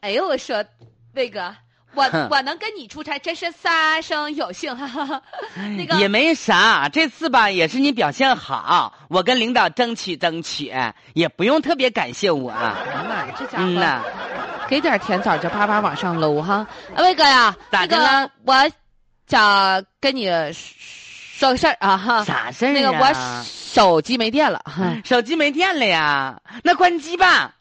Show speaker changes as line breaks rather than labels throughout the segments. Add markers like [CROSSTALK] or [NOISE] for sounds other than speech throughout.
哎呦，我说那个。我我能跟你出差，真是三生有幸。哈哈哈。那个
哎也没啥，这次吧也是你表现好，我跟领导争取争取，也不用特别感谢我。
哎呀妈呀，这家
嗯
伙
呐，
给点甜枣就啪啪往上搂哈。哎，魏哥呀，
咋
那
的
个
了
我想跟你说个事儿啊哈。
啥事儿哎啊？
那个我手机没电了，哈
手机没电了呀，那关机吧，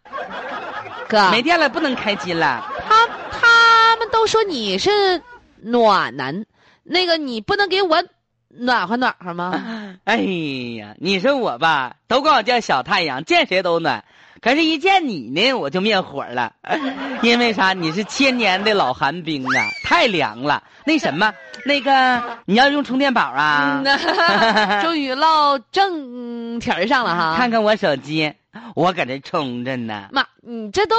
哥。
没电了不能开机了。
他他们都说你是暖男，那个你不能给我暖和暖和吗？
哎呀，你说我吧，都管我叫小太阳，见谁都暖。可是，一见你呢，我就灭火了， [LAUGHS] 因为啥？你是千年的老寒冰啊，太凉了。那什么，那个你要用充电宝啊？
嗯呐 [LAUGHS] 终于唠正题儿上了哈。
看看我手机，我搁这充着呢。
妈，你这都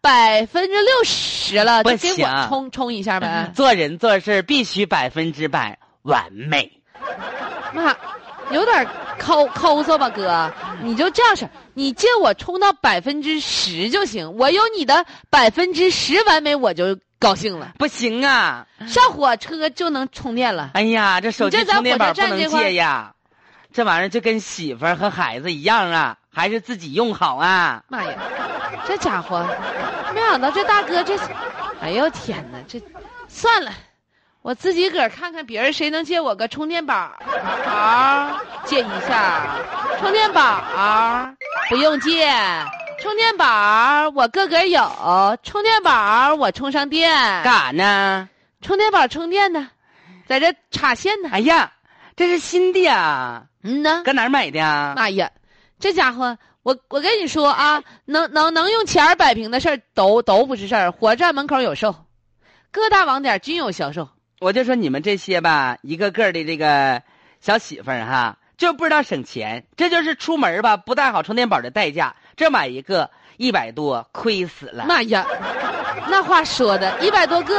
百分之六十了，
不
就给我
行嗯
冲冲一下呗。
做人做事必须百分之百完美。
妈，有点抠抠搜吧，哥，
嗯
你就这样式儿，你借我充到百分之十就行，我有你的百分之十完美，我就高兴了，
不行啊！
上火车就能充电了。
哎呀，这手
你
机
这在
充电宝
火车
不
站
能
这块儿
借呀，这玩意儿就跟媳妇儿和孩子一样啊，还是自己用好啊。
妈呀，这家伙，没想到这大哥这，哎呦天哪，这算了，我自己个儿看看别人谁能借我个充电宝儿，借一下，充电宝儿不用借，充电宝儿我个个有，充电宝儿我充上电，
干啥呢？
充电宝儿充电呢，在这插线呢，
哎呀，这是新的呀，
嗯呢。
搁哪儿买的呀？
妈哎呀，这家伙，我我跟你说啊，能能能用钱儿摆平的事儿都都不是事儿。火车站门口有售，各大网点均有销售。
我就说你们这些吧，一个个的这个小媳妇儿哈，就不知道省钱，这就是出门吧不带好充电宝的代价。这买一个一百多，亏死了。
妈呀，那话说的，一百多个，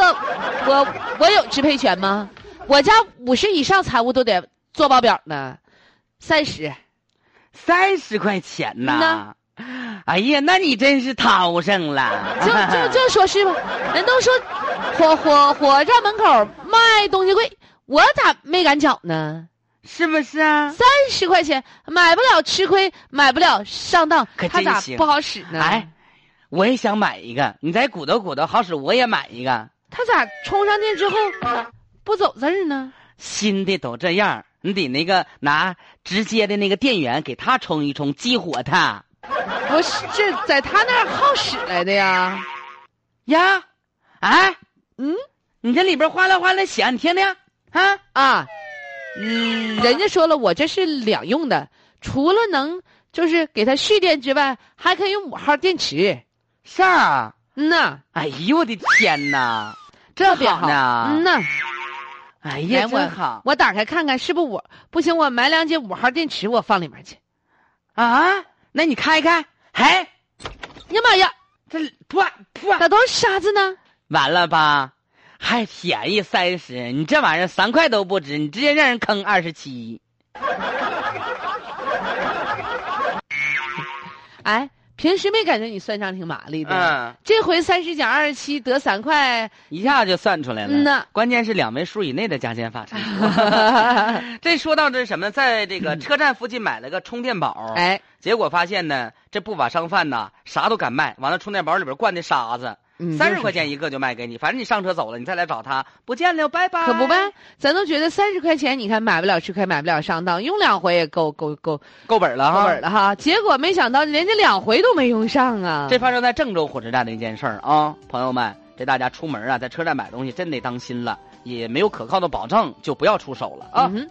我我有支配权吗？我家五十以上财务都得做报表呢，三十。
三十块钱呐！哎呀，那你真是掏上了，
就就
[LAUGHS]
就说是吧，人都说火火火车站门口卖东西贵，我咋没敢缴呢？
是不是啊？
三十块钱买不了吃亏，买不了上当，
可
他
真
咋
行
不好使呢？
哎，我也想买一个，你再鼓捣鼓捣，好使我也买一个。
他咋充上电之后不走字儿呢？
新的都这样，你得那个拿直接的那个电源给它充一充，激活它
不是，这在他那儿好使来的呀？
呀。哎，
嗯
你这里边哗啦哗啦响，你听听啊。
啊，嗯，人家说了，我这是两用的，除了能就是给它蓄电之外，还可以用五号电池。
是啊，
嗯呐，
哎呦我的天哪，
这别好
呢
嗯呐，
哎
来
呀
我
真好
我打开看看是不是我不行，我买两节五号电池，我放里面去。
啊！那你开开，嘿，
哎呀妈呀，
这破破
咋都是沙子呢？
完了吧？还便宜三十，你这玩意儿三块都不值，你直接让人坑二十七。
哎，平时没感觉你算账挺麻利的，
嗯，
这回三十减二十七得三块，
一下就算出来了。
嗯呐
关键是两位数以内的加减法乘除。
[LAUGHS]
[LAUGHS] 这说到这是什么，在这个车站附近买了个充电宝，，
哎，
结果发现呢，这不法商贩呐，啥都敢卖。完了，充电宝里边灌的沙子，
嗯
三十块钱
一。
一个就卖给你，反正你上车走了，你再来找他，不见了，拜拜。
可不呗，咱都觉得三十块钱，你看买不了吃亏，买不了上当，用两回也够够够
够本了
够
哈，
本了哈。结果没想到人家两回都没用上啊！
这发生在郑州火车站的一件事儿啊，朋友们，这大家出门啊，在车站买东西真得当心了，也没有可靠的保证，就不要出手了啊。
嗯哼